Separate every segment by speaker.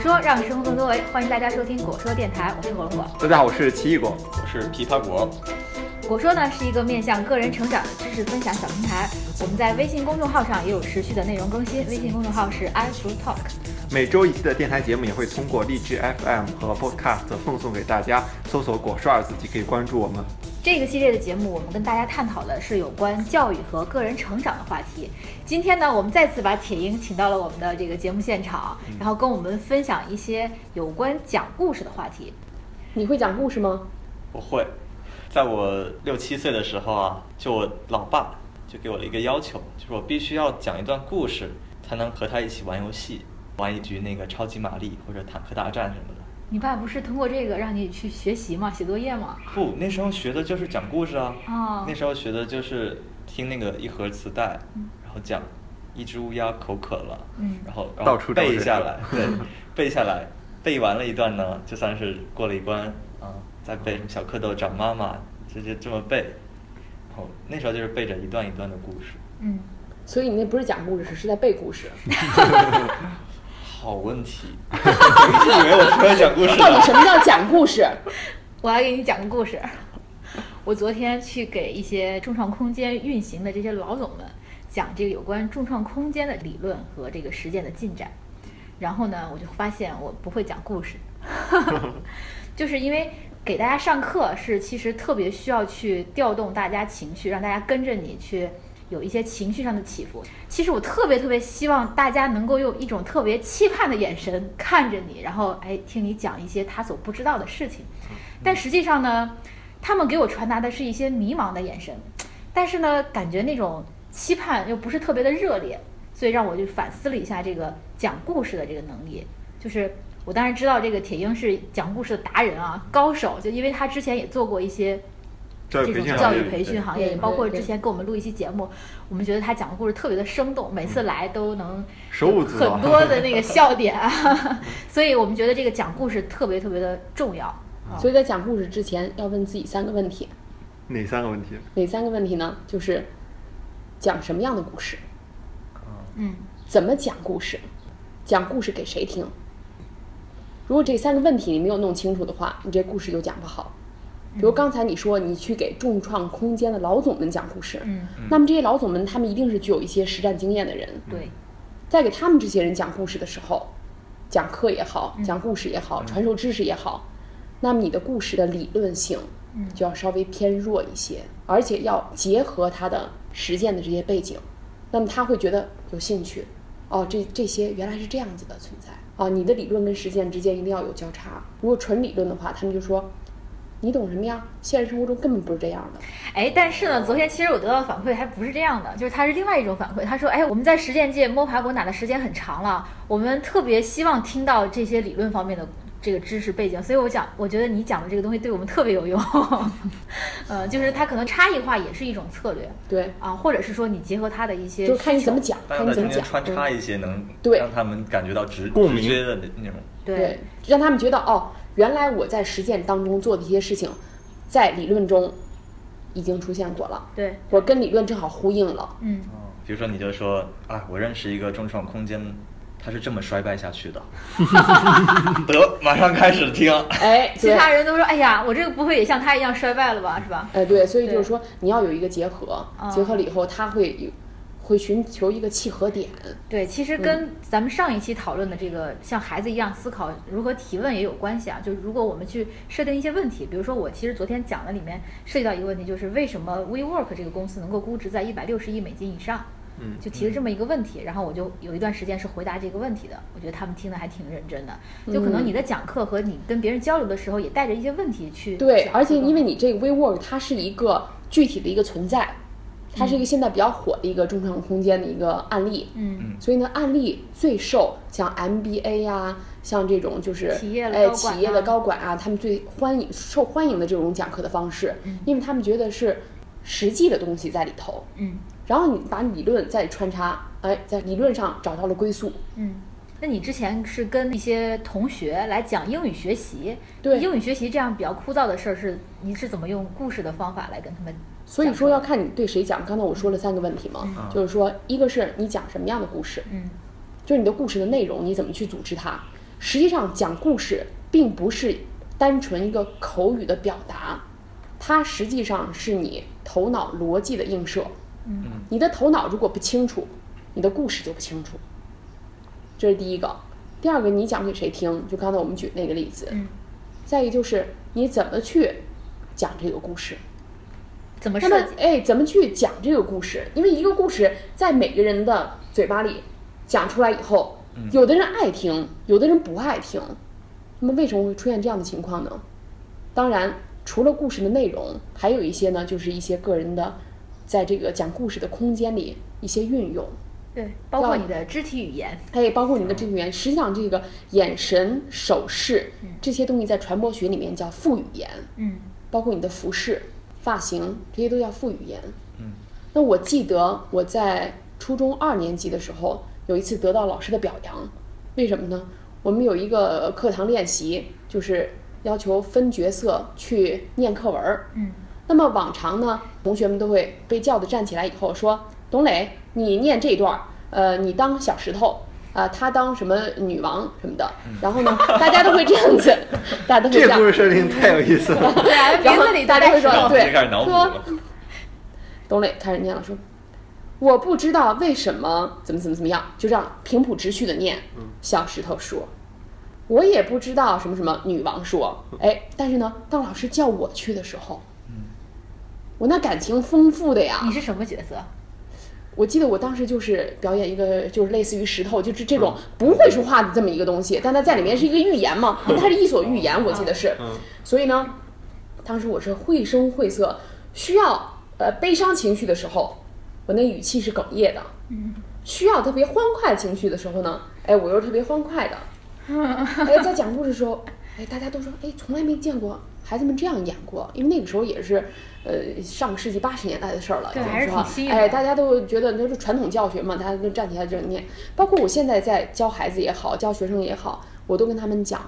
Speaker 1: 说让生活更多维，欢迎大家收听果说电台，我是火龙果。
Speaker 2: 大家好，我是奇异果。
Speaker 3: 我是枇杷果，
Speaker 1: 果说呢是一个面向个人成长的知识分享小平台，我们在微信公众号上也有持续的内容更新，微信公众号是 i f r u talk。
Speaker 2: 每周一期的电台节目也会通过荔枝 FM 和 Podcast 奉送给大家，搜索“果说”二字即可以关注我们。
Speaker 1: 这个系列的节目，我们跟大家探讨的是有关教育和个人成长的话题。今天呢，我们再次把铁英请到了我们的这个节目现场，然后跟我们分享一些有关讲故事的话题。
Speaker 4: 你会讲故事吗？
Speaker 3: 我会。在我六七岁的时候啊，就我老爸就给我了一个要求，就是我必须要讲一段故事，才能和他一起玩游戏，玩一局那个超级玛丽或者坦克大战什么的。
Speaker 1: 你爸不是通过这个让你去学习吗？写作业吗？
Speaker 3: 不，那时候学的就是讲故事啊。
Speaker 1: 哦
Speaker 3: 那时候学的就是听那个一盒磁带，
Speaker 4: 嗯
Speaker 3: 然后讲一只乌鸦口渴了，
Speaker 1: 嗯
Speaker 3: 然后然
Speaker 2: 到
Speaker 3: 后
Speaker 2: 处找
Speaker 3: 背
Speaker 2: 人
Speaker 3: 下来， 对，背下来，背完了一段呢，就算是过了一关啊。再背什么小蝌蚪找妈妈，直接这么背。然后那时候就是背着一段一段的故事，
Speaker 1: 嗯，
Speaker 4: 所以你那不是讲故事，是在背故事。
Speaker 3: 好问 题，我一直以为我只会讲故事
Speaker 4: 到底什
Speaker 3: 的。
Speaker 4: 么叫讲故事？
Speaker 1: 我来给你讲个故事。 我昨天去给一些众创空间运行的这些老总们讲这个有关众创空间的理论和这个实践的进展，然后呢，我就发现我不会讲故事， 就是因为给大家上课是其实特别需要去调动大家情绪，让大家跟着你去有一些情绪上的起伏。其实我特别特别希望大家能够用一种特别期盼的眼神看着你，然后哎听你讲一些他所不知道的事情。但实际上呢，他们给我传达的是一些迷茫的眼神，但是呢，感觉那种期盼又不是特别的热烈，所以让我就反思了一下这个讲故事的这个能力。就是我当然知道这个铁英是讲故事的达人啊，高手，就因为他之前也做过一些
Speaker 2: 教
Speaker 1: 这
Speaker 2: 育培训
Speaker 1: 种
Speaker 2: 行
Speaker 1: 教
Speaker 2: 业
Speaker 1: 育
Speaker 2: 里
Speaker 1: 培训
Speaker 2: 对
Speaker 1: 行业，
Speaker 4: 对
Speaker 1: 包括
Speaker 4: 对
Speaker 1: 之前跟我们录一期节目，我们觉得他讲的故事特别的生动，每次来都能
Speaker 2: 手舞足蹈
Speaker 1: 很多的那个笑点啊， 所以我们觉得这个讲故事特别特别的重要。
Speaker 4: 所以在讲故事之前，要问自己三个问题。
Speaker 2: 哪三个问题？
Speaker 4: 哪三个问题呢？就是讲什么样的故事，
Speaker 1: 嗯，
Speaker 4: 怎么讲故事，讲故事给谁听。如果这三个问题你没有弄清楚的话，你这故事就讲不好。比如刚才你说你去给众创空间的老总们讲故事，
Speaker 1: 嗯，
Speaker 4: 那么这些老总们他们一定是具有一些实战经验的人，
Speaker 1: 对，
Speaker 4: 在给他们这些人讲故事的时候，讲课也好，讲故事也好，传授知识也好，那么你的故事的理论性就要稍微偏弱一些，而且要结合他的实践的这些背景，那么他会觉得有兴趣。哦，这这些原来是这样子的存在啊！你的理论跟实践之间一定要有交叉。如果纯理论的话，他们就说你懂什么呀？现实生活中根本不是这样的。
Speaker 1: 哎，但是呢，昨天其实我得到的反馈还不是这样的，就是他是另外一种反馈。他说，哎，我们在实践界摸爬滚打的时间很长了，我们特别希望听到这些理论方面的这个知识背景，所以我讲，我觉得你讲的这个东西对我们特别有用。 呃，就是他可能差异化也是一种策略
Speaker 4: 对，
Speaker 1: 啊，或者是说你结合他的一些
Speaker 4: 就是看你
Speaker 1: 需求
Speaker 4: 怎么讲，
Speaker 3: 但要
Speaker 4: 看
Speaker 3: 在
Speaker 4: 你怎么
Speaker 3: 中
Speaker 4: 讲
Speaker 3: 间。穿
Speaker 4: 嗯
Speaker 3: 插一些，能
Speaker 4: 对
Speaker 3: 让他们感觉到直
Speaker 2: 共鸣
Speaker 3: 直接的那种。
Speaker 1: 对
Speaker 4: 对，让他们觉得哦，原来我在实践当中做的一些事情，在理论中已经出现过了，
Speaker 1: 对，
Speaker 4: 我跟理论正好呼应 了。
Speaker 1: 嗯，
Speaker 3: 比如说，你就说啊，我认识一个众创空间，他是这么衰败下去的。得，马上开始听。
Speaker 4: 哎，
Speaker 1: 其
Speaker 4: 对，
Speaker 1: 他人都说，哎呀，我这个不会也像他一样衰败了吧，是吧？
Speaker 4: 哎对，所以就
Speaker 1: 对嗯
Speaker 4: 是说你要有一个结合，结合了以后，他会有会寻求一个契合点。
Speaker 1: 对，其实跟咱们上一期讨论的这个像孩子一样思考如何提问也有关系啊。就如果我们去设定一些问题，比如说我其实昨天讲的里面涉及到一个问题，就是为什么 WeWork 这个公司能够估值在一百六十亿美金以上？
Speaker 2: 嗯
Speaker 1: 就提了这么一个问题，然后我就有一段时间是回答这个问题的。我觉得他们听的还挺认真的，
Speaker 4: 嗯
Speaker 1: 就可能你在讲课和你跟别人交流的时候，也带着一些问题去想。
Speaker 4: 对，而且因为你这个 WeWork 它是一个具体的一个存在，它是一个现在比较火的一个众创空间的一个案例。
Speaker 1: 嗯
Speaker 4: 所以呢，案例最受像 MBA 呀、啊像这种就是
Speaker 1: 企业的高
Speaker 4: 哎
Speaker 1: 管啊
Speaker 4: 企业的高管啊，他们最欢迎受欢迎的这种讲课的方式，因为他们觉得是实际的东西在里头，
Speaker 1: 嗯
Speaker 4: 然后你把理论再穿插，哎，在理论上找到了归宿。
Speaker 1: 嗯，那你之前是跟一些同学来讲英语学习，
Speaker 4: 对
Speaker 1: 英语学习这样比较枯燥的事儿，是你是怎么用故事的方法来跟他们？
Speaker 4: 所以说要看你对谁讲。刚才我说了三个问题嘛，就是说一个是你讲什么样的故事，
Speaker 1: 嗯
Speaker 4: 就是你的故事的内容，你怎么去组织它；实际上，讲故事并不是单纯一个口语的表达，它实际上是你头脑逻辑的映射。
Speaker 3: 嗯，
Speaker 4: 你的头脑如果不清楚，你的故事就不清楚。这是第一个。第二个，你讲给谁听？就刚才我们举那个例子。
Speaker 1: 嗯，
Speaker 4: 再一个就是你怎么去讲这个故事。
Speaker 1: 怎么
Speaker 4: 那
Speaker 1: 设
Speaker 4: 么
Speaker 1: 计？，
Speaker 4: 哎，怎么去讲这个故事？因为一个故事在每个人的嘴巴里讲出来以后，
Speaker 1: 嗯
Speaker 4: 有的人爱听，有的人不爱听。那么，为什么会出现这样的情况呢？当然，除了故事的内容，还有一些呢，就是一些个人的，在这个讲故事的空间里一些运用。
Speaker 1: 对，包括
Speaker 4: 要
Speaker 1: 你的肢体语言，
Speaker 4: 它也包括你的这个语言，实际上这个眼神、手势这些东西在传播学里面叫副语言。
Speaker 1: 嗯
Speaker 4: 包括你的服饰、发型，这些都叫副语言。
Speaker 3: 嗯，
Speaker 4: 那我记得我在初中二年级的时候，有一次得到老师的表扬，为什么呢？我们有一个课堂练习，就是要求分角色去念课文儿。
Speaker 1: 嗯
Speaker 4: 那么往常呢，同学们都会被叫的站起来以后说：“董磊，你念这段儿，呃，你当小石头。”啊、他当什么女王什么的，然后呢，大家都会这样子， 大家都会这
Speaker 2: 这
Speaker 4: 样。
Speaker 2: 故事设定太有意思 了。
Speaker 1: 对啊，
Speaker 4: 然
Speaker 1: 名
Speaker 4: 后
Speaker 1: 字里
Speaker 4: 大家会说，
Speaker 1: 说，
Speaker 3: 我就
Speaker 4: 对
Speaker 3: 开始，脑补
Speaker 4: 说
Speaker 3: 了。
Speaker 4: 董磊开始念了，说我不知道为什么怎么怎么怎么样，就这样平铺直叙的念。
Speaker 2: 嗯
Speaker 4: 小石头说，我也不知道什么什么女王说，
Speaker 2: 嗯
Speaker 4: 哎，但是呢，当老师叫我去的时候，我那感情丰富的呀
Speaker 1: 你，是什么角色？
Speaker 4: 我记得我当时就是表演一个，就是类似于石头，就是这种
Speaker 2: 嗯
Speaker 4: 不会说话的这么一个东西，但它在里面是一个寓言嘛，它是一所寓言，我记得是。
Speaker 2: 嗯，
Speaker 4: 所以呢，当时我是绘声绘色，需要呃悲伤情绪的时候，我那语气是哽咽的；
Speaker 1: 嗯
Speaker 4: 需要特别欢快情绪的时候呢，哎，我又是特别欢快的。
Speaker 1: 嗯
Speaker 4: 哎，在讲故事的时候，哎，大家都说，哎，从来没见过孩子们这样演过，因为那个时候也是，呃，上个世纪八十年代的事儿了，
Speaker 1: 对
Speaker 4: 已经
Speaker 1: 还是
Speaker 4: 是
Speaker 1: 挺
Speaker 4: 吧
Speaker 1: 新颖的
Speaker 4: 哎，大家都觉得那是传统教学嘛，大家都站起来就念。包括我现在在教孩子也好，教学生也好，我都跟他们讲，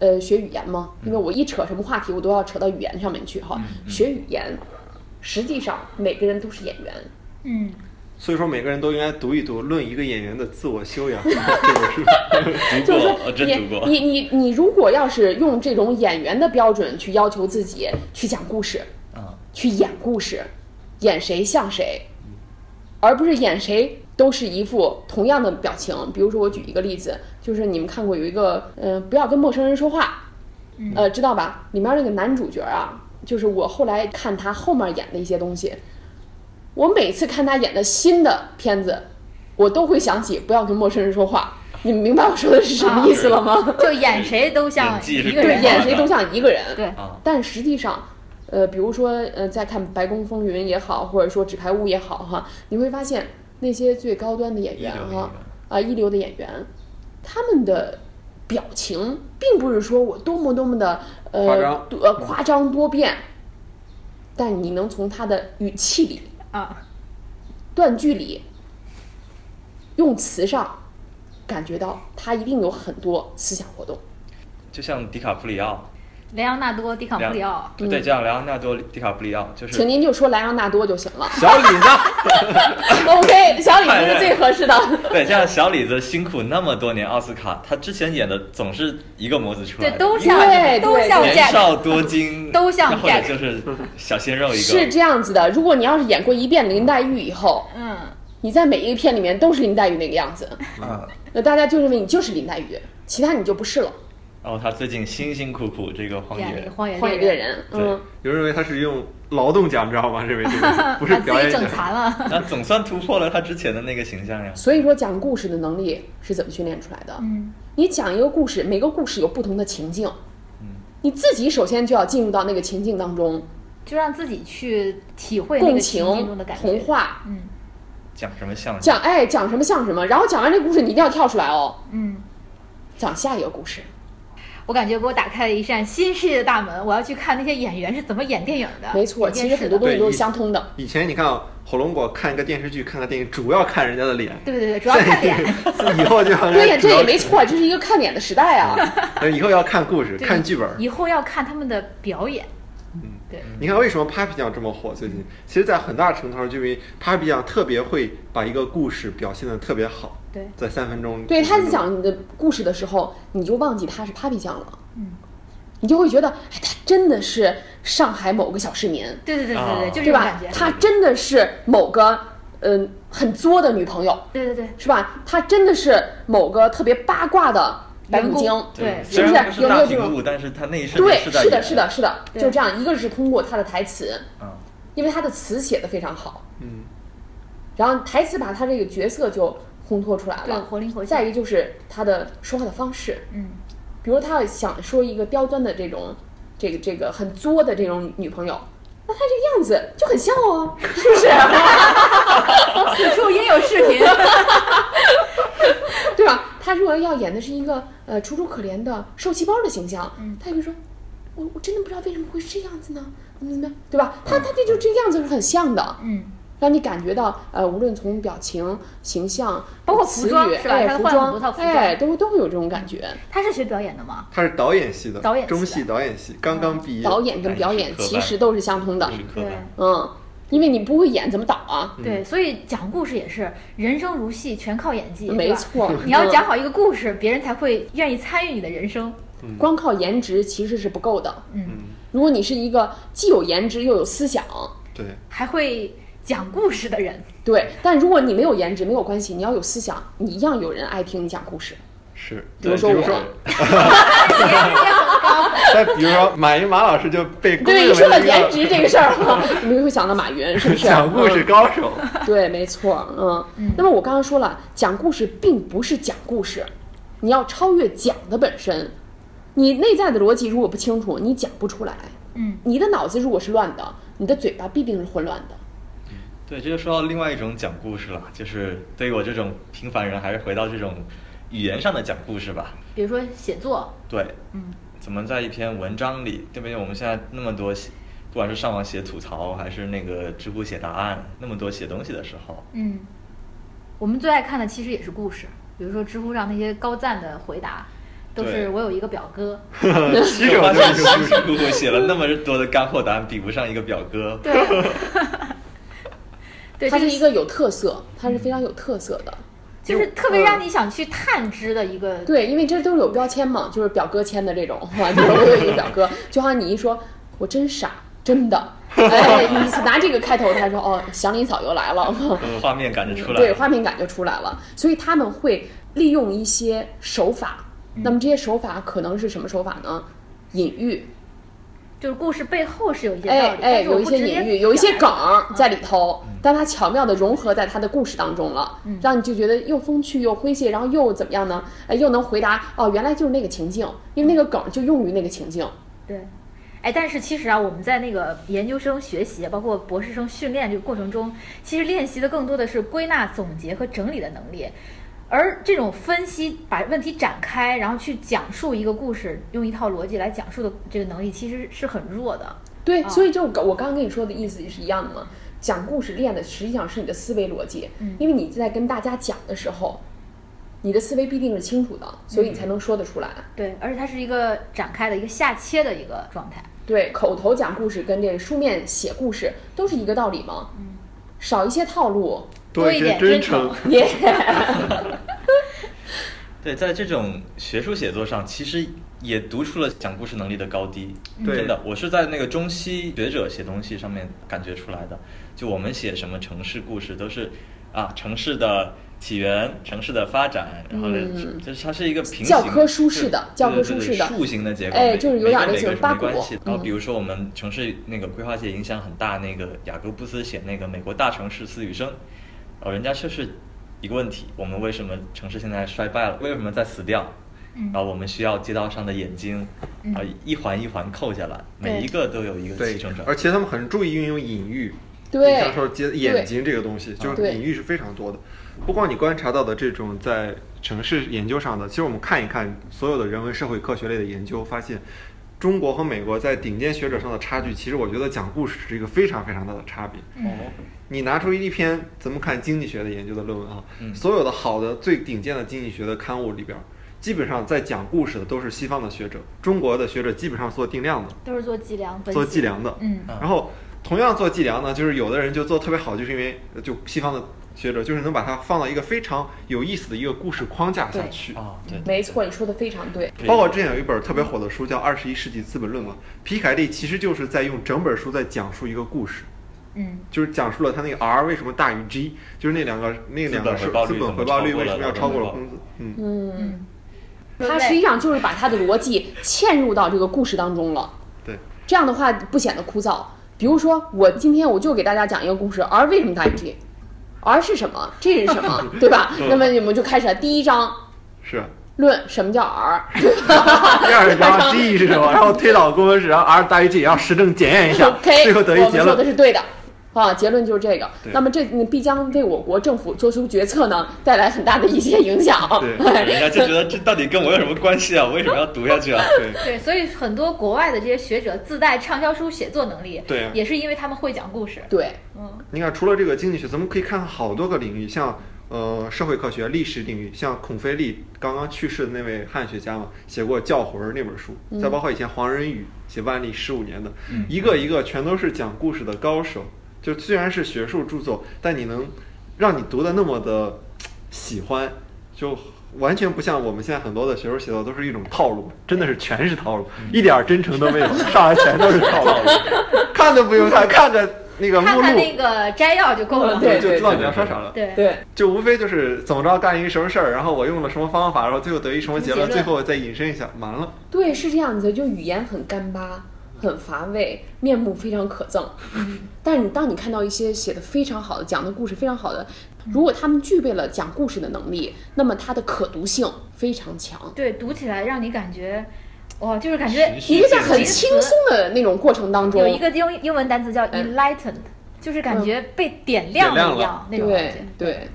Speaker 4: 呃，学语言嘛，
Speaker 1: 嗯
Speaker 4: 因为我一扯什么话题，我都要扯到语言上面去哈。学语言，实际上每个人都是演员，
Speaker 1: 嗯，
Speaker 2: 所以说每个人都应该读一读《论一个演员的自我修养》这本书。
Speaker 3: 读
Speaker 4: 就是
Speaker 3: 过，
Speaker 4: 说
Speaker 3: 我真读过。
Speaker 4: 你你你你如果要是用这种演员的标准去要求自己去讲故事，
Speaker 3: 啊，
Speaker 4: 去演故事，演谁像谁，而不是演谁都是一副同样的表情。比如说，我举一个例子，就是你们看过有一个，嗯、不要跟陌生人说话，呃，知道吧？里面那个男主角啊，就是我后来看他后面演的一些东西，我每次看他演的新的片子，我都会想起不要跟陌生人说话。你们明白我说的是什么意思了吗？
Speaker 1: 就演谁 都像
Speaker 3: 演技是
Speaker 1: 一个
Speaker 3: 对
Speaker 4: 对，
Speaker 1: 人，
Speaker 4: 演谁都像一个人。
Speaker 1: 对
Speaker 3: 啊
Speaker 4: 但实际上，呃，比如说，呃，在看《白宫风云》也好，或者说《纸牌屋》也好，哈，你会发现那些最高端的演员
Speaker 3: 一流的演
Speaker 4: 哈
Speaker 3: 员，
Speaker 4: 啊，一流的演员，他们的表情并不是说我多么多么的呃
Speaker 2: 夸张
Speaker 4: 多呃夸张多变，但你能从他的语气里、
Speaker 1: 啊，
Speaker 4: 断句里、用词上，感觉到他一定有很多思想活动。
Speaker 3: 就像迪卡普里奥，
Speaker 1: 莱昂纳多·迪卡啊普里奥，
Speaker 3: 对，就像莱昂纳多·迪卡普里奥，就
Speaker 4: 请
Speaker 3: 是
Speaker 4: 您就说莱昂纳多就行了。
Speaker 2: 小李呢？
Speaker 4: OK，小李子是最合适的。
Speaker 3: 对，像小李子辛苦那么多年奥斯卡，他之前演的总是一个模子出来
Speaker 1: 对，
Speaker 3: 的，
Speaker 1: 都
Speaker 3: 一个
Speaker 1: 像
Speaker 4: 对
Speaker 1: 都
Speaker 4: 对
Speaker 1: 像
Speaker 4: 对
Speaker 1: Jack
Speaker 3: 年少多金，
Speaker 1: 都像
Speaker 3: 然后者
Speaker 1: Jack
Speaker 3: 就是小鲜肉一个，
Speaker 4: 是这样子的，如果你要是演过一遍林黛玉以后，
Speaker 1: 嗯，
Speaker 4: 你在每一个片里面都是林黛玉那个样 子，
Speaker 3: 嗯。
Speaker 4: 那大家就认为你就是林黛玉，其他你就不是了。
Speaker 3: 然后他最近辛辛苦苦这个荒
Speaker 1: 演了一个
Speaker 3: 野，
Speaker 1: 荒野
Speaker 4: 荒野
Speaker 1: 猎
Speaker 4: 猎人，
Speaker 3: 对
Speaker 4: 嗯，
Speaker 2: 有人认为他是用劳动奖，你知道吗？认为这个不是
Speaker 1: 把
Speaker 2: 表
Speaker 1: 自己
Speaker 2: 演奖
Speaker 1: 整。残了。
Speaker 3: 那总算突破了他之前的那个形象呀。
Speaker 4: 所以说讲故事的能力是怎么训练出来的？
Speaker 1: 嗯，
Speaker 4: 你讲一个故事，每个故事有不同的情境，
Speaker 3: 嗯
Speaker 4: 你自己首先就要进入到那个情境当中，
Speaker 1: 就让自己去体会那
Speaker 4: 共
Speaker 1: 个情
Speaker 4: 情
Speaker 1: 境中的感、
Speaker 4: 童
Speaker 1: 觉。
Speaker 4: 话，
Speaker 1: 嗯
Speaker 3: 讲什么像
Speaker 4: 讲哎讲什么像什么，然后讲完这故事你一定要跳出来哦，
Speaker 1: 嗯，
Speaker 4: 讲下一个故事。
Speaker 1: 我感觉给我打开了一扇新世界的大门，我要去看那些演员是怎么演电影的。
Speaker 4: 没错，
Speaker 1: 演电
Speaker 4: 其实
Speaker 1: 视
Speaker 4: 很
Speaker 1: 的
Speaker 4: 多东西
Speaker 2: 对
Speaker 4: 都
Speaker 2: 你
Speaker 4: 是相通的。
Speaker 2: 以前你看啊火龙果看一个电视剧、看个电影，主要看人家的 脸。
Speaker 1: 对对对，主要看脸。
Speaker 2: 以后就好像
Speaker 4: 对呀，
Speaker 2: 主
Speaker 4: 这
Speaker 2: 要
Speaker 4: 也没错，这是一个看脸的时代啊。
Speaker 2: 呃以后要看故事、
Speaker 1: 对
Speaker 2: 看剧本。
Speaker 1: 以后要看他们的表演。
Speaker 2: 嗯，
Speaker 1: 对，
Speaker 2: 你看为什么 Papi 酱这么火？最近，其实，在很大程度上，就因为 Papi 酱特别会把一个故事表现的特别好。
Speaker 1: 对，
Speaker 2: 在三分钟。
Speaker 4: 对，
Speaker 1: 嗯
Speaker 4: 他在讲你的故事的时候，你就忘记他是 Papi 酱了，
Speaker 1: 嗯，
Speaker 4: 你就会觉得，哎，他真的是上海某个小市民，
Speaker 1: 对对对对对，
Speaker 3: 啊
Speaker 1: 就这
Speaker 4: 对
Speaker 1: 种
Speaker 4: 吧
Speaker 1: 感觉？。
Speaker 4: 他真的是某个嗯、很作的女朋友，
Speaker 1: 对对对，
Speaker 4: 是吧？他真的是某个特别八卦的白
Speaker 1: 员
Speaker 4: 骨
Speaker 1: 工
Speaker 4: 精，
Speaker 1: 对
Speaker 4: 是
Speaker 3: 虽
Speaker 4: 不
Speaker 3: 然
Speaker 4: 是
Speaker 3: 不
Speaker 4: 有没
Speaker 3: 大
Speaker 4: 有这
Speaker 3: 屏
Speaker 4: 种
Speaker 3: 幕，但是他那一瞬
Speaker 4: 对
Speaker 3: 间，在
Speaker 4: 是的，
Speaker 3: 演
Speaker 4: 是的，，是的，
Speaker 1: 对
Speaker 4: 就这样。一个是通过他的台词，
Speaker 3: 嗯，
Speaker 4: 因为他的词写的非常好，
Speaker 2: 嗯，
Speaker 4: 然后台词把他这个角色就烘托出来
Speaker 1: 对，
Speaker 4: 了。
Speaker 1: 活灵活现。
Speaker 4: 再一个就是他的说话的方式，
Speaker 1: 嗯，
Speaker 4: 比如他想说一个刁钻的这种，这个这个很作的这种女朋友，那他这个样子就很像哦， 是不是？ 嗯
Speaker 1: 此处应有视频。
Speaker 4: 对吧？他如果要演的是一个呃楚楚可怜的受气包的形象，
Speaker 1: 嗯
Speaker 4: 他就会说，我我真的不知道为什么会是这样子呢？怎么怎么样，对吧？他他这就这样子是很像的，
Speaker 1: 嗯，
Speaker 4: 让你感觉到呃，无论从表情、形象，
Speaker 1: 包括
Speaker 4: 词
Speaker 1: 服装
Speaker 4: 语
Speaker 1: 是吧
Speaker 4: 哎，
Speaker 1: 他
Speaker 4: 服
Speaker 1: 换了很多套
Speaker 4: 装，
Speaker 1: 服装
Speaker 4: 哎，都会都会有这种感觉。
Speaker 1: 他是学表演的吗？
Speaker 2: 他是导演系的，
Speaker 1: 导演系的
Speaker 2: 中戏导演系，刚刚毕业。
Speaker 4: 导演跟表
Speaker 3: 哎
Speaker 4: 演
Speaker 3: 是刻板
Speaker 4: 其实都是相通的
Speaker 3: 就，是刻
Speaker 1: 对
Speaker 3: 板。
Speaker 4: 嗯，因为你不会演怎么导啊？
Speaker 1: 对，所以讲故事也是人生如戏，全靠演技。对
Speaker 4: 没
Speaker 1: 吧，
Speaker 4: 错，
Speaker 1: 你要
Speaker 4: 嗯
Speaker 1: 讲好一个故事，别人才会愿意参与你的人生。
Speaker 4: 光靠颜值其实是不够的。
Speaker 1: 嗯，
Speaker 2: 嗯，
Speaker 4: 如果你是一个既有颜值又有思想，
Speaker 2: 对，
Speaker 1: 还会讲故事的 人。
Speaker 4: 对，但如果你没有颜值没有关系，你要有思想，你一样有人爱听你讲故事。
Speaker 2: 是。
Speaker 4: 比如
Speaker 2: 对
Speaker 4: 说
Speaker 2: 比如
Speaker 4: 我
Speaker 2: 说，
Speaker 1: 颜值也很高。
Speaker 2: 再比如说马云马老师就被公
Speaker 4: 对，
Speaker 2: 认
Speaker 4: 一
Speaker 2: 为
Speaker 4: 说到
Speaker 2: 一个
Speaker 4: 颜值这个 事儿，你们会想到马云，是不是？
Speaker 2: 讲故事高手。
Speaker 4: 嗯对，没错，嗯。那么我刚刚说了，讲故事并不是讲故事，你要超越讲的本身。你内在的逻辑如果不清楚，你讲不出来。
Speaker 1: 嗯，
Speaker 4: 你的脑子如果是乱的，你的嘴巴必定是混乱的。
Speaker 3: 对，这就说到另外一种讲故事了，就是对于我这种平凡人，还是回到这种语言上的讲故事吧。
Speaker 1: 比如说写作，
Speaker 3: 对，
Speaker 1: 嗯，
Speaker 3: 怎么在一篇文章里，对不对？我们现在那么多写，不管是上网写吐槽，还是那个知乎写答案，那么多写东西的时候，
Speaker 1: 嗯，我们最爱看的其实也是故事，比如说知乎上那些高赞的回答，都是
Speaker 3: 对
Speaker 1: 我有一个表 哥，
Speaker 2: 骑
Speaker 3: 就
Speaker 2: 呃手
Speaker 3: 发
Speaker 2: 就
Speaker 3: 现
Speaker 2: 是
Speaker 3: 辛辛苦苦写了那么多的干货答案，比不上一个表哥。
Speaker 1: 对， 对，
Speaker 4: 它
Speaker 1: 这
Speaker 4: 是一个有特色，它是非常有特色的。
Speaker 1: 就是特
Speaker 4: 嗯
Speaker 1: 别让你想去探知的一个，
Speaker 4: 对，因为这都是有标签嘛，就是表哥签的这种， 哈，就是我有一个表哥，就好像你一说我真傻，真的，哎，你拿这个开头，他说哦，祥林嫂又来 了，
Speaker 3: 嗯画面感就出来
Speaker 4: 对，
Speaker 3: 了。
Speaker 4: 画面感就出来了，所以他们会利用一些手法，那么这些手法可能是什么手法呢？隐喻，
Speaker 1: 就是故事背后是有一些道
Speaker 4: 哎
Speaker 1: 理，
Speaker 4: 哎，
Speaker 1: 但是我
Speaker 4: 有一
Speaker 1: 不
Speaker 4: 些
Speaker 1: 直接嗯
Speaker 4: 隐喻，有一些
Speaker 1: 表
Speaker 4: 梗
Speaker 1: 达
Speaker 4: 儿在里头，但它巧妙的融合在它的故事当中了，
Speaker 1: 嗯
Speaker 4: 让你就觉得又风趣又诙谐，然后又怎么样呢？哎，又能回答哦，原来就是那个情境，因为那个梗就用于那个情境。
Speaker 1: 对。哎，但是其实啊，我们在那个研究生学习，包括博士生训练这个过程中，其实练习的更多的是归纳、总结和整理的能力，而这种分析、把问题展开，然后去讲述一个故事，用一套逻辑来讲述的这个能力，其实是很弱的。
Speaker 4: 对，
Speaker 1: 啊
Speaker 4: 所以就我刚我刚刚跟你说的意思也是一样的嘛。讲故事练的实际上是你的思维逻辑，
Speaker 1: 嗯
Speaker 4: 因为你在跟大家讲的时候，你的思维必定是清楚的，所以你才
Speaker 1: 嗯
Speaker 4: 能说得出来。
Speaker 1: 对，而且它是一个展开的一个下切的一个状态。
Speaker 4: 对，口头讲故事跟这个书面写故事都是一个道理嘛。
Speaker 1: 嗯
Speaker 4: 少一些套路，
Speaker 1: 多一
Speaker 2: 一
Speaker 1: 点
Speaker 2: 些
Speaker 1: 真
Speaker 2: 真
Speaker 1: 诚
Speaker 2: 诚，
Speaker 4: 耶、
Speaker 3: 对，在这种学术写作上，其实也读出了讲故事能力的高低。
Speaker 4: 嗯
Speaker 2: 对
Speaker 3: 真的，我是在那个中西学者写东西上面感觉出来的。就我们写什么城市故事，都是啊城市的起源、城市的发展，然后呢，
Speaker 4: 嗯
Speaker 3: 就是它是一个平行
Speaker 4: 教科书式的
Speaker 3: 对
Speaker 4: 教科
Speaker 3: 对
Speaker 4: 书
Speaker 3: 对
Speaker 4: 式的
Speaker 3: 树形的结构，
Speaker 4: 哎
Speaker 3: 每
Speaker 4: 就是有点
Speaker 3: 每
Speaker 4: 类
Speaker 3: 跟
Speaker 4: 似于
Speaker 3: 每个是
Speaker 4: 八
Speaker 3: 没
Speaker 4: 股
Speaker 3: 关系。然后
Speaker 4: 嗯
Speaker 3: 比如说我们城市那个规划界影响很大，那个雅各布斯写那个《美国大城市私语声》，哦，人家就是一个问题：我们为什么城市现在衰败了？为什么在死掉？
Speaker 4: 嗯
Speaker 3: 然后我们需要街道上的眼睛，啊，一环一环扣下来，
Speaker 1: 对
Speaker 3: 每一个都有一个
Speaker 2: 对
Speaker 3: 起承，转合
Speaker 2: 而。且他们很注意运用隐喻。
Speaker 4: 对
Speaker 2: 你像说接眼睛这个东西，就是
Speaker 4: 对
Speaker 2: 隐喻是非常多的。不光你观察到的这种在城市研究上的，其实我们看一看所有的人文社会科学类的研究，发现中国和美国在顶尖学者上的差距，其实我觉得讲故事是一个非常非常大的差别。
Speaker 4: 嗯
Speaker 3: 哦，
Speaker 2: 你拿出一篇咱们看经济学的研究的论文啊，
Speaker 3: 嗯
Speaker 2: 所有的好的最顶尖的经济学的刊物里边儿，基本上在讲故事的都是西方的学者，中国的学者基本上做定量的，
Speaker 1: 都是做计量分析，
Speaker 2: 做计量的。
Speaker 1: 嗯
Speaker 3: 啊
Speaker 2: 然后同样做计量呢，就是有的人就做特别好，就是因为呃就西方的学者，就是能把它放到一个非常有意思的一个故事框架下
Speaker 4: 对
Speaker 2: 去。
Speaker 3: 啊，对，
Speaker 4: 没错，你说的非常对。
Speaker 3: 对
Speaker 2: 包括之前有一本特别火的书叫《二十一世纪资本论》嘛，皮凯利其实就是在用整本书在讲述一个故事，
Speaker 1: 嗯
Speaker 2: 就是讲述了他那个 R 为什么大于 G，就是那两个那两个是
Speaker 3: 资本回报率
Speaker 2: 资本回报率为什么要超过了工资，嗯，
Speaker 4: 嗯，
Speaker 1: 嗯，
Speaker 4: 他实际上就是把他的逻辑嵌入到这个故事当中了。
Speaker 2: 对，
Speaker 4: 这样的话不显得枯燥。比如说，我今天我就给大家讲一个故事，R 为什么大于 G，R 是什么，G 是什么， 对吧？那么你们就开始了第一章
Speaker 2: 是。啊
Speaker 4: 论什么叫 R，
Speaker 2: 第二章 G 是什么？然后推导公文史，然后 R 大于 G，然后实证检验一 下
Speaker 4: OK，
Speaker 2: 最后得一结
Speaker 4: 我们说的
Speaker 2: 论。
Speaker 4: 是对的。啊，结论就是这个。
Speaker 2: 啊对
Speaker 4: 那么这嗯必将为我国政府做出决策呢带来很大的一些影响。
Speaker 2: 对
Speaker 3: 人家就觉得这到底跟我有什么关系啊？我为什么要读下 去啊？
Speaker 2: 对，
Speaker 1: 对，所以很多国外的这些学者自带畅销书写作能力，
Speaker 2: 对啊
Speaker 1: 也是因为他们会讲故事。
Speaker 4: 对
Speaker 1: 嗯
Speaker 2: 你看，除了这个经济学，咱们可以看好多个领域，像呃社会科学、历史领域，像孔飞利刚刚去世的那位汉学家嘛，写过《教魂》那本书，再包括以前黄仁宇写《万历十五年》的，一个一个全都是讲故事的高手。就虽然是学术著作，但你能让你读的那么的喜欢，就完全不像我们现在很多的学术写作都是一种套路，真的是全是套路，一点儿真诚都没有，上来全都是套路，看都不用看，看着那个目
Speaker 1: 看
Speaker 2: 录
Speaker 1: 看那个摘要就够了。
Speaker 4: 嗯对
Speaker 2: 就知道你要说啥了。
Speaker 1: 对
Speaker 4: 对
Speaker 2: 就无非就是怎么着干一个什么事儿，然后我用了什么方法，然后最后得一什么结
Speaker 1: 什
Speaker 2: 论，
Speaker 1: 么结
Speaker 2: 最
Speaker 1: 论
Speaker 2: 后再引申一下，完了。
Speaker 4: 对，是这样子的，就语言很干巴，很乏味，面目非常可憎。
Speaker 1: 嗯
Speaker 4: 但是你当你看到一些写的非常好的、讲的故事非常好的，如果他们具备了讲故事的能力，那么它的可读性非常强。
Speaker 1: 对，读起来让你感觉，哇，就是感觉
Speaker 3: 实时
Speaker 4: 你就在很
Speaker 1: 有一个词
Speaker 4: 轻松的那种过程当中，
Speaker 1: 有一个英英文单词叫
Speaker 4: 嗯
Speaker 1: enlightened，就是感觉被点亮
Speaker 2: 嗯点亮了
Speaker 1: 一样那种感
Speaker 4: 对
Speaker 1: 觉。
Speaker 4: 对，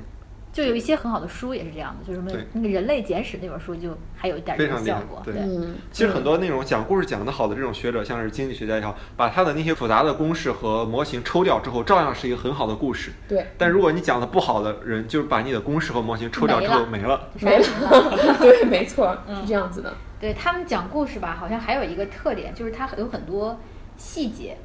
Speaker 1: 就有一些很好的书也是这样的，就是什么
Speaker 2: 对
Speaker 1: 那个《人类简史》那本书就还有一点这种
Speaker 2: 非常厉
Speaker 1: 效
Speaker 2: 害
Speaker 1: 果。
Speaker 2: 对
Speaker 4: 嗯，
Speaker 2: 其实很多那种讲故事讲得好的这种学者，像是经济学家也好，把他的那些复杂的公式和模型抽掉之后，照样是一个很好的故事。
Speaker 4: 对。
Speaker 2: 但如果你讲的不好的人，就是把你的公式和模型抽掉之后没了。
Speaker 4: 没 了，对，没错，
Speaker 1: 嗯
Speaker 4: 是这样子的。
Speaker 1: 对他们讲故事吧，好像还有一个特点，就是它有很多细节，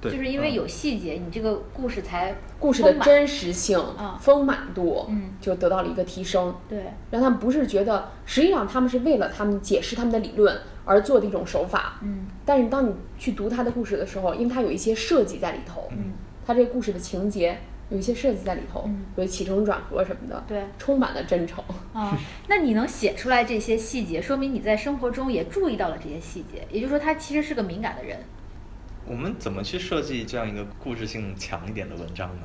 Speaker 1: 就
Speaker 2: 对
Speaker 1: 是因为有细节，你这个故事才
Speaker 4: 故事的
Speaker 1: 丰满
Speaker 4: 真实性
Speaker 1: 嗯、
Speaker 4: 丰满度
Speaker 1: 嗯
Speaker 4: 就得到了一个提升，
Speaker 1: 对
Speaker 4: 让他们不是觉得，实际上他们是为了他们解释他们的理论而做的一种手法。
Speaker 1: 嗯，
Speaker 4: 但是当你去读他的故事的时候，因为他有一些设计在里头，
Speaker 1: 嗯，
Speaker 4: 他这个故事的情节有一些设计在里头，
Speaker 1: 嗯
Speaker 4: 有起承转合什么的，
Speaker 1: 对
Speaker 4: 充满了真诚。
Speaker 1: 啊，那你能写出来这些细节，说明你在生活中也注意到了这些细节，也就是说他其实是个敏感的人。
Speaker 3: 我们怎么去设计这样一个故事性强一点的文章呢？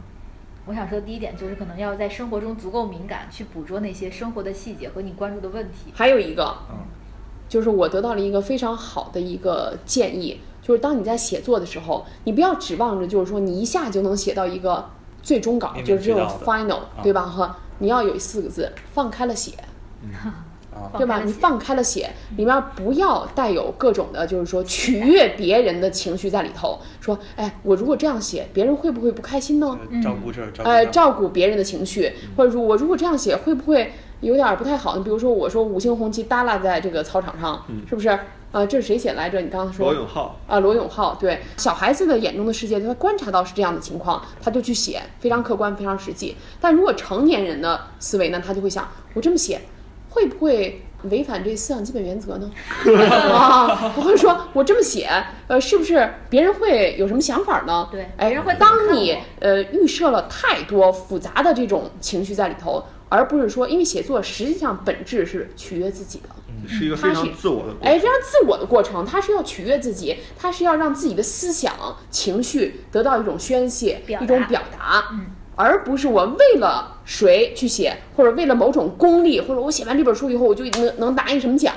Speaker 1: 我想说，第一点就是可能要在生活中足够敏感，去捕捉那些生活的细节和你关注的问题。
Speaker 4: 还有一个，
Speaker 3: 嗯，
Speaker 4: 就是我得到了一个非常好的一个建议，就是当你在写作的时候，你不要指望着就是说你一下就能写到一个最终稿
Speaker 3: 面，面
Speaker 4: 就是这种
Speaker 3: 俱到
Speaker 4: final，
Speaker 3: 啊
Speaker 4: 对吧？哈，你要有四个字，放开了写，
Speaker 3: 啊，
Speaker 4: 对吧？你放开了嗯写，里面不要带有各种的，就是说取悦别人的情绪在里头。说，哎，我如果这样写，别人会不会不开心呢？
Speaker 3: 嗯照顾嗯这儿，照顾
Speaker 4: 哦呃，
Speaker 3: 那儿，
Speaker 4: 照顾别人的情绪，或者说我如果这样写，会不会有点儿不太好呢？比如说，我说五星红旗耷拉在这个操场上，
Speaker 3: 嗯
Speaker 4: 是不是？啊、这是谁写来着？你刚刚说
Speaker 2: 罗永浩，
Speaker 4: 啊，罗永浩对小孩子的眼中的世界，他观察到是这样的情况，他就去写，非常客观，非常实际。但如果成年人的思维呢，他就会想，我这么写，会不会违反这思想基本原则呢？ 啊，我会说，我这么写，呃，是不是别人会有什么想法呢？
Speaker 1: 对
Speaker 4: 哎，
Speaker 1: 别人会怎么
Speaker 4: 当
Speaker 1: 看
Speaker 4: 你
Speaker 1: 我
Speaker 4: 呃预设了太多复杂的这种情绪在里头，而不是说，因为写作实际上本质是取悦自己的。
Speaker 2: 是一个非
Speaker 4: 他
Speaker 2: 常
Speaker 4: 是
Speaker 2: 自我的故
Speaker 4: 哎，
Speaker 2: 事。
Speaker 4: 非常自我的过程，他是要取悦自己，他是要让自己的思想、情绪得到一种宣泄，
Speaker 1: 表达
Speaker 4: 一种表达，
Speaker 1: 嗯
Speaker 4: 而不是我为了谁去写，或者为了某种功利，或者我写完这本书以后我就能能拿一什么奖。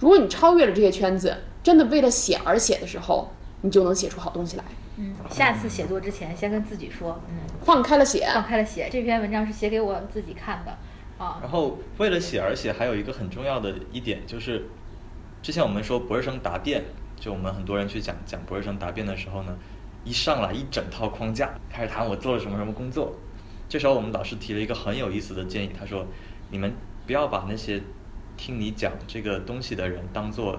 Speaker 4: 如果你超越了这些圈子，真的为了写而写的时候，你就能写出好东西来。
Speaker 1: 嗯，下次写作之前，先跟自己说，嗯，
Speaker 4: 放开了写，
Speaker 1: 放开了写。这篇文章是写给我自己看的，啊，
Speaker 3: 然后为了写而写，还有一个很重要的一点就是，之前我们说博士生答辩，就我们很多人去讲讲博士生答辩的时候呢，一上来一整套框架，开始谈我做了什么什么工作。这时候我们老师提了一个很有意思的建议，他说：“你们不要把那些听你讲这个东西的人当做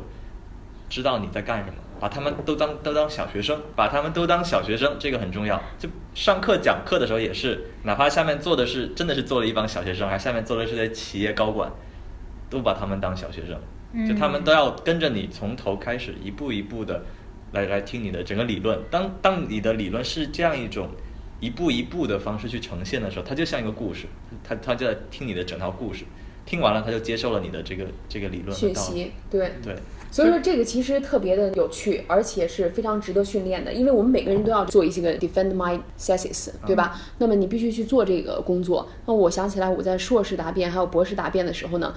Speaker 3: 知道你在干什么，把他们都当都当小学生，把他们都当小学生，这个很重要。就上课讲课的时候也是，哪怕下面坐的是真的是坐了一帮小学生，还下面坐的是些企业高管，都把他们当小学生，就他们都要跟着你从头开始，一步一步的来来听你的整个理论。当当你的理论是这样一种一步一步的方式去呈现的时候，它就像一个故事，他他就在听你的整套故事，听完了他就接受了你的这个这个理论和
Speaker 4: 讯
Speaker 3: 道理
Speaker 4: 息，对。
Speaker 3: 对。
Speaker 4: 所以说这个其实特别的有趣，而且是非常值得训练的，因为我们每个人都要做一些个 defend my thesis，对吧？那么你必须去做这个工作。那我想起来我在硕士答辩还有博士答辩的时候呢。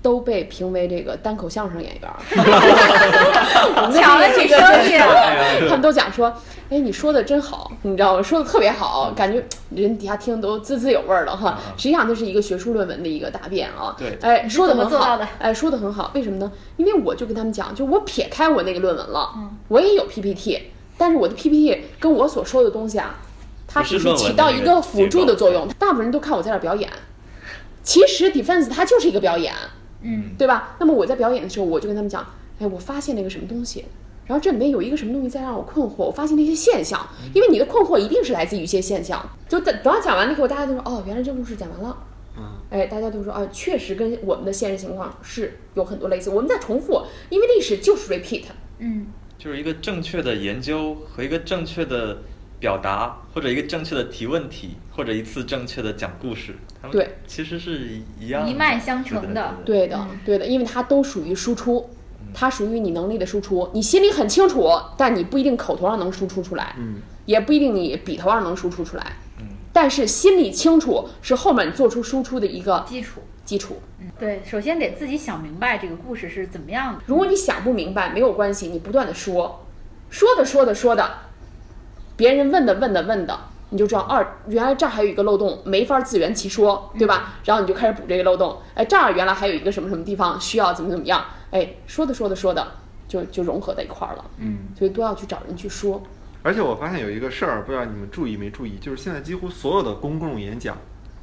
Speaker 4: 都被评为这个单口相声演员儿， 我们的
Speaker 1: 抢了
Speaker 4: 这
Speaker 1: 你
Speaker 4: 个
Speaker 1: 生意了
Speaker 4: 他们都讲说，哎，你说的真好，你知道吗？说的特别
Speaker 1: 嗯
Speaker 4: 好，感觉人底下听得都滋滋有味儿了哈。实际上这是一个学术论文的一个答辩啊。
Speaker 3: 对
Speaker 4: 哎，说的
Speaker 1: 你
Speaker 4: 很
Speaker 1: 啊是怎么做
Speaker 4: 好
Speaker 1: 到的
Speaker 4: 哎，说的很好，为什么呢？因为我就跟他们讲，就我撇开我那个论文了，
Speaker 1: 嗯
Speaker 4: 我也有 PPT，但是我的 PPT 跟我所说的东西啊，它
Speaker 3: 不是
Speaker 4: 只是
Speaker 3: 论文
Speaker 4: 起
Speaker 3: 的
Speaker 4: 到
Speaker 3: 那
Speaker 4: 一
Speaker 3: 个
Speaker 4: 个辅
Speaker 3: 结
Speaker 4: 助
Speaker 3: 构
Speaker 4: 的作用，大部分人都看我在那儿表演。其实 defense 它就是一个表演，
Speaker 1: 嗯，
Speaker 4: 对吧？那么我在表演的时候，我就跟他们讲，哎，我发现了一个什么东西，然后这里面有一个什么东西在让我困惑，我发现了一些现象，因为你的困惑一定是来自于一些现象。就等等到讲完了以后，大家就说，哦，原来这故事讲完了。哎，大家都说啊，确实跟我们的现实情况是有很多类似。我们在重复，因为历史就是 repeat。
Speaker 1: 嗯
Speaker 3: 就是一个正确的研究和一个正确的表达，或者一个正确的提问题，或者一次正确的讲故事，他们
Speaker 4: 对，
Speaker 3: 其实是一样的
Speaker 1: 一脉相承的
Speaker 3: 是
Speaker 4: 对的，
Speaker 1: 嗯
Speaker 4: 对的，因为它都属于输出，它属于你能力的输出。你心里很清楚，但你不一定口头上能输出出来，
Speaker 2: 嗯，
Speaker 4: 也不一定你笔头上能输出出来。但是心里清楚是后面你做出输出的一个
Speaker 1: 基础。
Speaker 4: 基础。
Speaker 1: 对，首先得自己想明白这个故事是怎么样的。
Speaker 4: 如果你想不明白，没有关系，你不断的说，说的说的说的，别人问的问的问的，你就知道二原来这儿还有一个漏洞，没法自圆其说，对吧？然后你就开始补这个漏洞，哎，这儿原来还有一个什么什么地方需要怎么怎么样，哎，说的说的说的，就就融合在一块儿了，嗯，所以都要去找人去说，
Speaker 2: 而且我发现有一个事儿，不知道你们注意没注意，就是现在几乎所有的公共演讲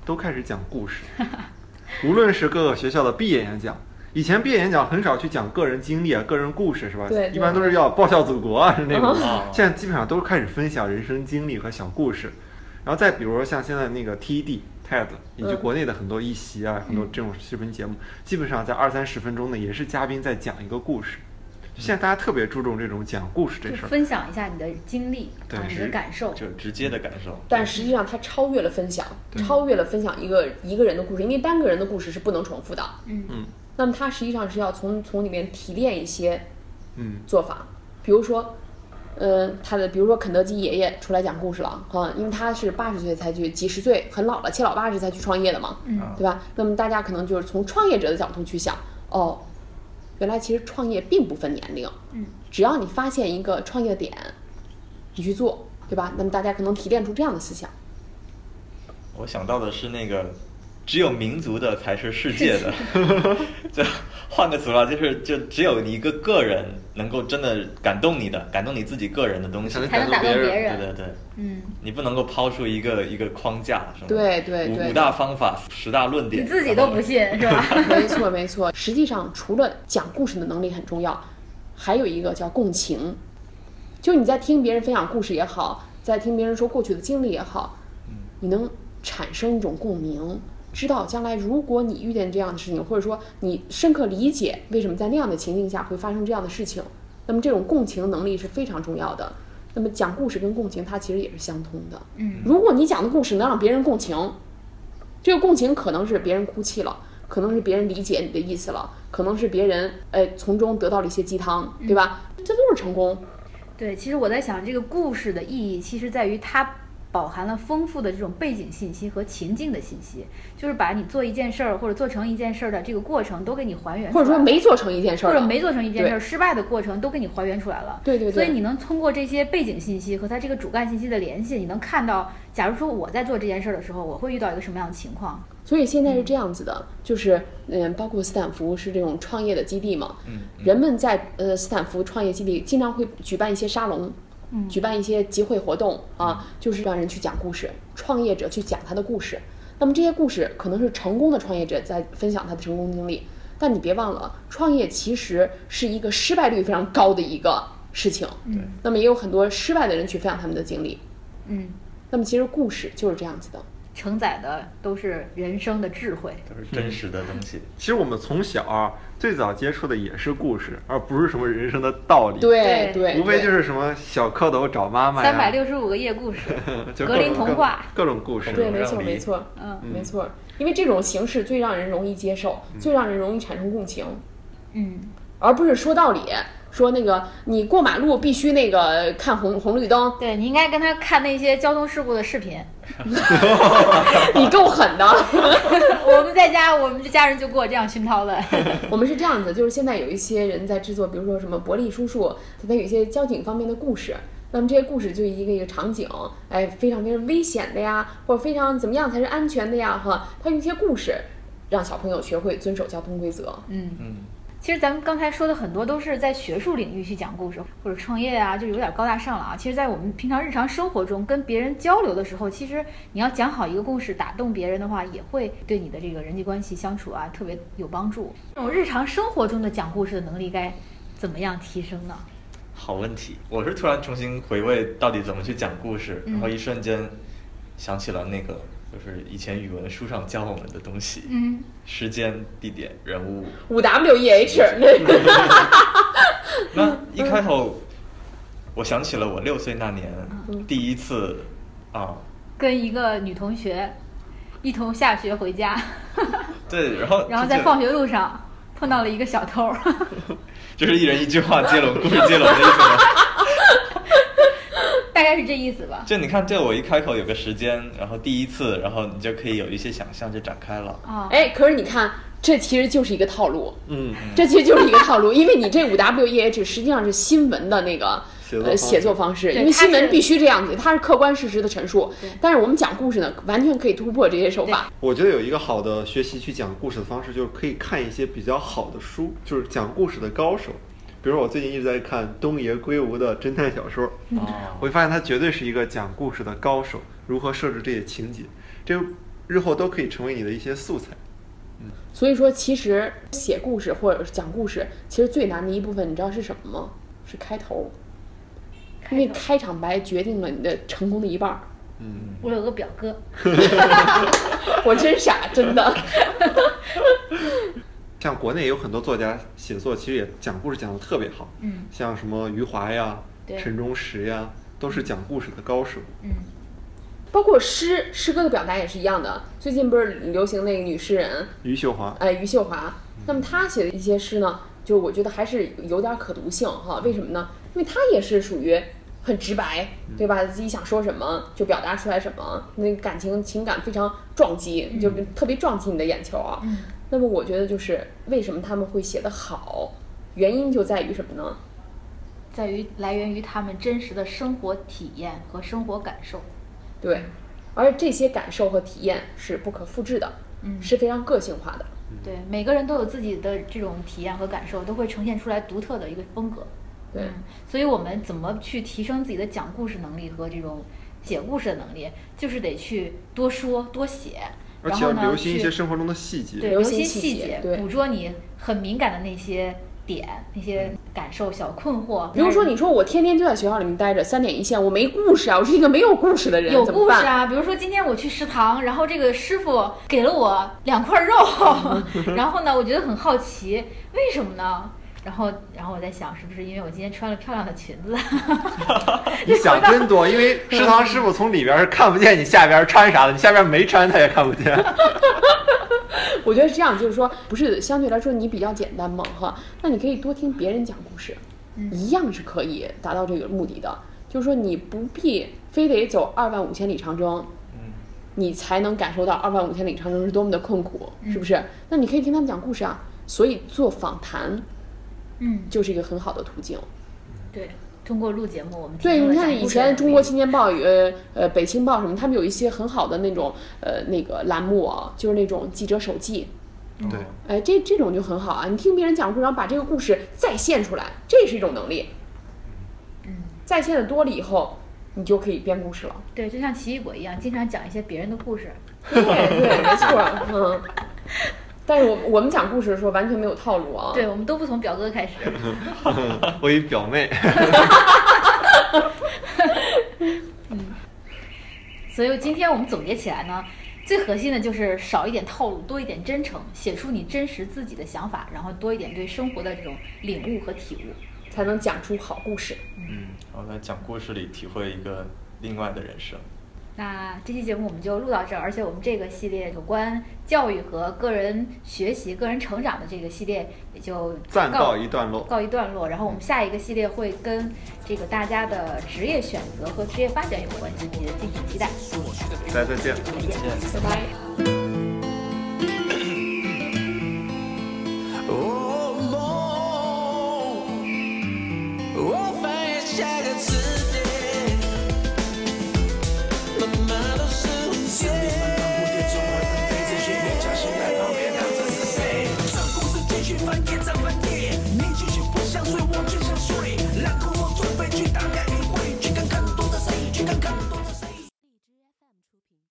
Speaker 2: 都开始讲故 事，无论是各个学校的毕业演讲。以前毕业演讲很少去讲个人经历啊、个人故事，是吧？
Speaker 4: 对对哦
Speaker 2: 一般都是要报效祖国啊，是那种。
Speaker 3: 啊
Speaker 2: 现在基本上都开始分享人生经历和小故事，然后再比如说像现在那个 TED、TED 以及
Speaker 4: 嗯
Speaker 2: 国内的很多一席啊，很多这种视频节目，基本上在二三十分钟呢，也是嘉宾在讲一个故事。就现在大家特别注重这种讲故事这
Speaker 1: 就
Speaker 2: 事儿，
Speaker 1: 分享一下你的经历
Speaker 2: 对
Speaker 1: 啊，你的
Speaker 3: 直
Speaker 1: 感受。
Speaker 3: 就是直接的感受。
Speaker 4: 但实际上它超越了分享，超越了分享一个一个人的故事，因为单个人的故事是不能重复的，
Speaker 1: 嗯
Speaker 2: 嗯
Speaker 4: 那么它实际上是要从从里面提炼一些
Speaker 2: 嗯，
Speaker 4: 做法，比如说，呃，他的比如说肯德基爷爷出来讲故事了啊，因为他是八十岁才去，几十岁很老了，七老八十才去创业的嘛，
Speaker 1: 嗯
Speaker 3: 啊
Speaker 4: 对吧？那么大家可能就是从创业者的角度去想，哦，原来其实创业并不分年龄，
Speaker 1: 嗯，
Speaker 4: 只要你发现一个创业点，你去做，对吧？那么大家可能提炼出这样的思想，
Speaker 3: 我想到的是那个，只有民族的才是世 界的， 就换个词吧，就是就只有你一个个人能够真的感动你的，感动你自己个人的东西
Speaker 2: 才。能
Speaker 1: 才能打
Speaker 2: 感动
Speaker 1: 动
Speaker 2: 别
Speaker 1: 别
Speaker 3: 对
Speaker 1: 人
Speaker 3: 对对，
Speaker 1: 嗯，
Speaker 3: 你不能够抛出一个一个框架，什么
Speaker 4: 对对对
Speaker 3: 五五大方法、十大论
Speaker 1: 你
Speaker 3: 点，
Speaker 1: 自己都不 信是吧？
Speaker 4: 没错没错。实际上，除了讲故事的能力很重要，还有一个叫共情，就你在听别人分享故事也好，在听别人说过去的经历也好，你能产生一种共鸣，知道将来如果你遇见这样的事情，或者说你深刻理解为什么在那样的情境下会发生这样的事情，那么这种共情能力是非常重要的。那么讲故事跟共情，它其实也是相通的。
Speaker 1: 嗯，
Speaker 4: 如果你讲的故事能让别人共情，这个共情可能是别人哭泣了，可能是别人理解你的意思了，可能是别人哎从中得到了一些鸡汤，对吧？这都是成功。
Speaker 1: 对，其实我在想，这个故事的意义其实在于它饱含了丰富的这种背景信息和情境的信息，就是把你做一件事儿或者做成一件事儿的这个过程都给你还原出
Speaker 4: 或
Speaker 1: 来
Speaker 4: 者
Speaker 1: 了，
Speaker 4: 说没做成一件事儿，
Speaker 1: 或者没做成一件
Speaker 4: 对
Speaker 1: 事儿，失败的过程都给你还原出来了。
Speaker 4: 对对对
Speaker 1: 所以你能通过这些背景信息和它这个主干信息的联系，你能看到，假如说我在做这件事儿的时候，我会遇到一个什么样的情况？
Speaker 4: 所以现在是这样子的，就是嗯，包括斯坦福是这种创业的基地嘛，
Speaker 3: 嗯
Speaker 4: 人们在呃斯坦福创业基地经常会举办一些沙龙，嗯、举办一些集会活动啊，就是让人去讲故事，创业者去讲他的故事。那么这些故事可能是成功的创业者在分享他的成功经历，但你别忘了，创业其实是一个失败率非常高的一个事情。
Speaker 1: 嗯
Speaker 4: 那么也有很多失败的人去分享他们的经历。
Speaker 1: 嗯，
Speaker 4: 那么其实故事就是这样子的，
Speaker 1: 承载的都是人生的智慧。
Speaker 3: 都是真实的东西。
Speaker 2: 其实我们从小啊最早接触的也是故事，而不是什么人生的道理。
Speaker 4: 对
Speaker 1: 对
Speaker 4: 对，
Speaker 2: 无非
Speaker 4: 对
Speaker 2: 就是什么小蝌蚪找妈妈呀，
Speaker 1: 三百六十五个夜故事，
Speaker 2: 就
Speaker 1: 格
Speaker 2: 各
Speaker 1: 林
Speaker 2: 种
Speaker 1: 童话
Speaker 2: 各种故事。
Speaker 4: 对，没
Speaker 3: 让
Speaker 4: 错，
Speaker 3: 梨
Speaker 4: 没错，
Speaker 1: 嗯
Speaker 4: 没错，因为这种形式最让人容易接受，最让人容易产生共情，
Speaker 1: 嗯，
Speaker 4: 而不是说道理，说那个你过马路必须那个看红红绿灯，
Speaker 1: 对你应该跟他看那些交通事故的视频。
Speaker 4: 你够狠的。
Speaker 1: 我们在家，我们这家人就给我这样熏陶的。
Speaker 4: 我们是这样子，就是现在有一些人在制作，比如说什么伯利叔叔，他有一些交警方面的故事。那么这些故事就一个一个场景，哎，非常非常危险的呀，或者非常怎么样才是安全的呀，哈，他用一些故事让小朋友学会遵守交通规则。
Speaker 1: 嗯，
Speaker 3: 嗯，
Speaker 1: 其实咱们刚才说的很多都是在学术领域去讲故事或者创业啊，就有点高大上了啊。其实，在我们平常日常生活中跟别人交流的时候，其实你要讲好一个故事，打动别人的话，也会对你的这个人际关系相处啊特别有帮助。这种日常生活中的讲故事的能力该怎么样提升呢？
Speaker 3: 好问题。我是突然重新回味到底怎么去讲故事，
Speaker 1: 嗯
Speaker 3: 然后一瞬间想起了那个就是以前语文书上教我们的东西：
Speaker 1: 嗯，
Speaker 3: 时间、地点、人物。
Speaker 4: 五 W E H 那个
Speaker 3: 那一开头，我想起了我六岁那年
Speaker 1: 嗯
Speaker 3: 第一次啊，
Speaker 1: 跟一个女同学一同下学回家，
Speaker 3: 对，然后
Speaker 1: 然后
Speaker 3: 就
Speaker 1: 在
Speaker 3: 是
Speaker 1: 放学路上碰到了一个小偷。
Speaker 3: 就是一人一句话接龙，故事接龙的意思吗？
Speaker 1: 大概是这意思吧。
Speaker 3: 就你看，对我一开口有个时间，然后第一次，然后你就可以有一些想象就展开了。
Speaker 1: 啊、
Speaker 4: 哎，可是你看，这其实就是一个套路，
Speaker 2: 嗯，
Speaker 4: 这其实就是一个套路， 因为你这五 W E H 实际上是新闻的那个
Speaker 2: 写作
Speaker 4: 呃
Speaker 2: 方
Speaker 4: 写
Speaker 2: 式
Speaker 4: 作方式，
Speaker 1: 对
Speaker 4: 因为
Speaker 1: 它
Speaker 4: 新闻
Speaker 1: 是
Speaker 4: 必须这样子，它是客观事实的陈述。但是我们讲故事呢，完全可以突破这些手法。
Speaker 2: 我觉得有一个好的学习去讲故事的方式，就是可以看一些比较好的书，就是讲故事的高手。比如说我最近一直在看东野圭吾的侦探小说，
Speaker 3: 哦
Speaker 2: 我会发现他绝对是一个讲故事的高手，如何设置这些情节，这日后都可以成为你的一些素材。
Speaker 4: 所以说，其实写故事或者是讲故事，其实最难的一部分，你知道是什么吗？是开头，因为开场白决定了你的成功的一半儿。
Speaker 1: 我有个表哥，
Speaker 4: 我真傻，真的。
Speaker 2: 像国内有很多作家写作，其实也讲故事讲得特别好，
Speaker 1: 嗯
Speaker 2: 像什么余华呀、
Speaker 1: 对
Speaker 2: 陈忠实呀，都是讲故事的高手。
Speaker 1: 嗯，
Speaker 4: 包括诗诗歌的表达也是一样的。最近不是流行那个女诗人，
Speaker 2: 余秀华，
Speaker 4: 哎，余秀华。那么她写的一些诗呢，就是我觉得还是有点可读性哈。为什么呢？因为她也是属于很直白，
Speaker 1: 嗯
Speaker 4: 对吧？自己想说什么就表达出来什么，那个感情情感非常撞击，就特别撞击你的眼球啊。
Speaker 1: 嗯
Speaker 4: 那么我觉得就是为什么他们会写得好，原因就在于什么呢？
Speaker 1: 在于来源于他们真实的生活体验和生活感受。
Speaker 4: 对，
Speaker 1: 嗯
Speaker 4: 而这些感受和体验是不可复制的，
Speaker 1: 嗯
Speaker 4: 是非常个性化的。
Speaker 2: 嗯
Speaker 1: 对，每个人都有自己的这种体验和感受，都会呈现出来独特的一个风格。
Speaker 4: 对
Speaker 1: 嗯，所以我们怎么去提升自己的讲故事能力和这种写故事的能力，就是得去多说多写，
Speaker 2: 而
Speaker 1: 然
Speaker 2: 且要
Speaker 1: 后呢，
Speaker 2: 留心一
Speaker 1: 去
Speaker 2: 些生活中的细节。
Speaker 1: 对，
Speaker 4: 留
Speaker 1: 留
Speaker 4: 心
Speaker 1: 心
Speaker 4: 细
Speaker 1: 细
Speaker 4: 节
Speaker 1: 节，
Speaker 4: 对
Speaker 1: 捕捉你很敏感的那些点、那些
Speaker 2: 嗯
Speaker 1: 感受、小困惑。
Speaker 4: 比如说，你说我天天就在学校里面待着，三点一线，我没故事啊，我是一个没有故事的人，
Speaker 1: 有
Speaker 4: 怎么
Speaker 1: 故事
Speaker 4: 办？
Speaker 1: 啊，比如说今天我去食堂，然后这个师傅给了我两块 肉，然后呢，我觉得很好奇，为什么呢？然后，然后我在想，是不是因为我今天穿了漂亮的裙子？
Speaker 2: 你想真多，因为食堂师傅从里边是看不见你下边穿啥的，你下边没穿他也看不见。
Speaker 4: 我觉得是这样，就是说，不是相对来说你比较简单嘛，哈，那你可以多听别人讲故事，
Speaker 1: 嗯
Speaker 4: 一样是可以达到这个目的的。就是说，你不必非得走二万五千里长征，
Speaker 1: 嗯
Speaker 4: 你才能感受到二万五千里长征是多么的困苦，
Speaker 1: 嗯
Speaker 4: 是不是？那你可以听他们讲故事啊，所以做访谈
Speaker 1: 嗯，
Speaker 4: 就是一个很好的途径。
Speaker 1: 对，通过录节目，我们提
Speaker 4: 对，
Speaker 1: 升了
Speaker 4: 你看
Speaker 1: 讲
Speaker 4: 以
Speaker 1: 故事
Speaker 4: 前
Speaker 1: 能
Speaker 4: 中
Speaker 1: 力
Speaker 4: 国青年报与呃呃北青报什么，他们有一些很好的那种呃那个栏目啊，就是那种记者手记，
Speaker 1: 嗯
Speaker 2: 对，
Speaker 4: 哎，这这种就很好啊。你听别人讲故事，然后把这个故事再现出来，这是一种能力。嗯，再现的多了以后，你就可以编故事了。
Speaker 1: 对，就像奇异果一样，经常讲一些别人的故事。
Speaker 4: 对对，没错，嗯。 但是我我们讲故事的时候完全没有套路啊。
Speaker 1: 对，我们都不从表哥开始。
Speaker 2: 我一表妹，
Speaker 1: 所以今天我们总结起来呢，最核心的就是少一点套路，多一点真诚，写出你真实自己的想法，然后多一点对生活的这种领悟和体悟。
Speaker 4: 才能讲出好故事。
Speaker 2: 嗯，
Speaker 3: 我在讲故事里体会一个另外的人生。
Speaker 1: 那这期节目我们就录到这儿，而且我们这个系列有关教育和个人学习、个人成长的这个系列也就
Speaker 2: 暂
Speaker 1: 告
Speaker 2: 告一段落。
Speaker 1: 告一段落。然后我们下一个系列会跟这个大家的职业选择和职业发展有关，敬请敬请期待。
Speaker 2: 大家再见。
Speaker 1: 再见。
Speaker 4: 拜拜。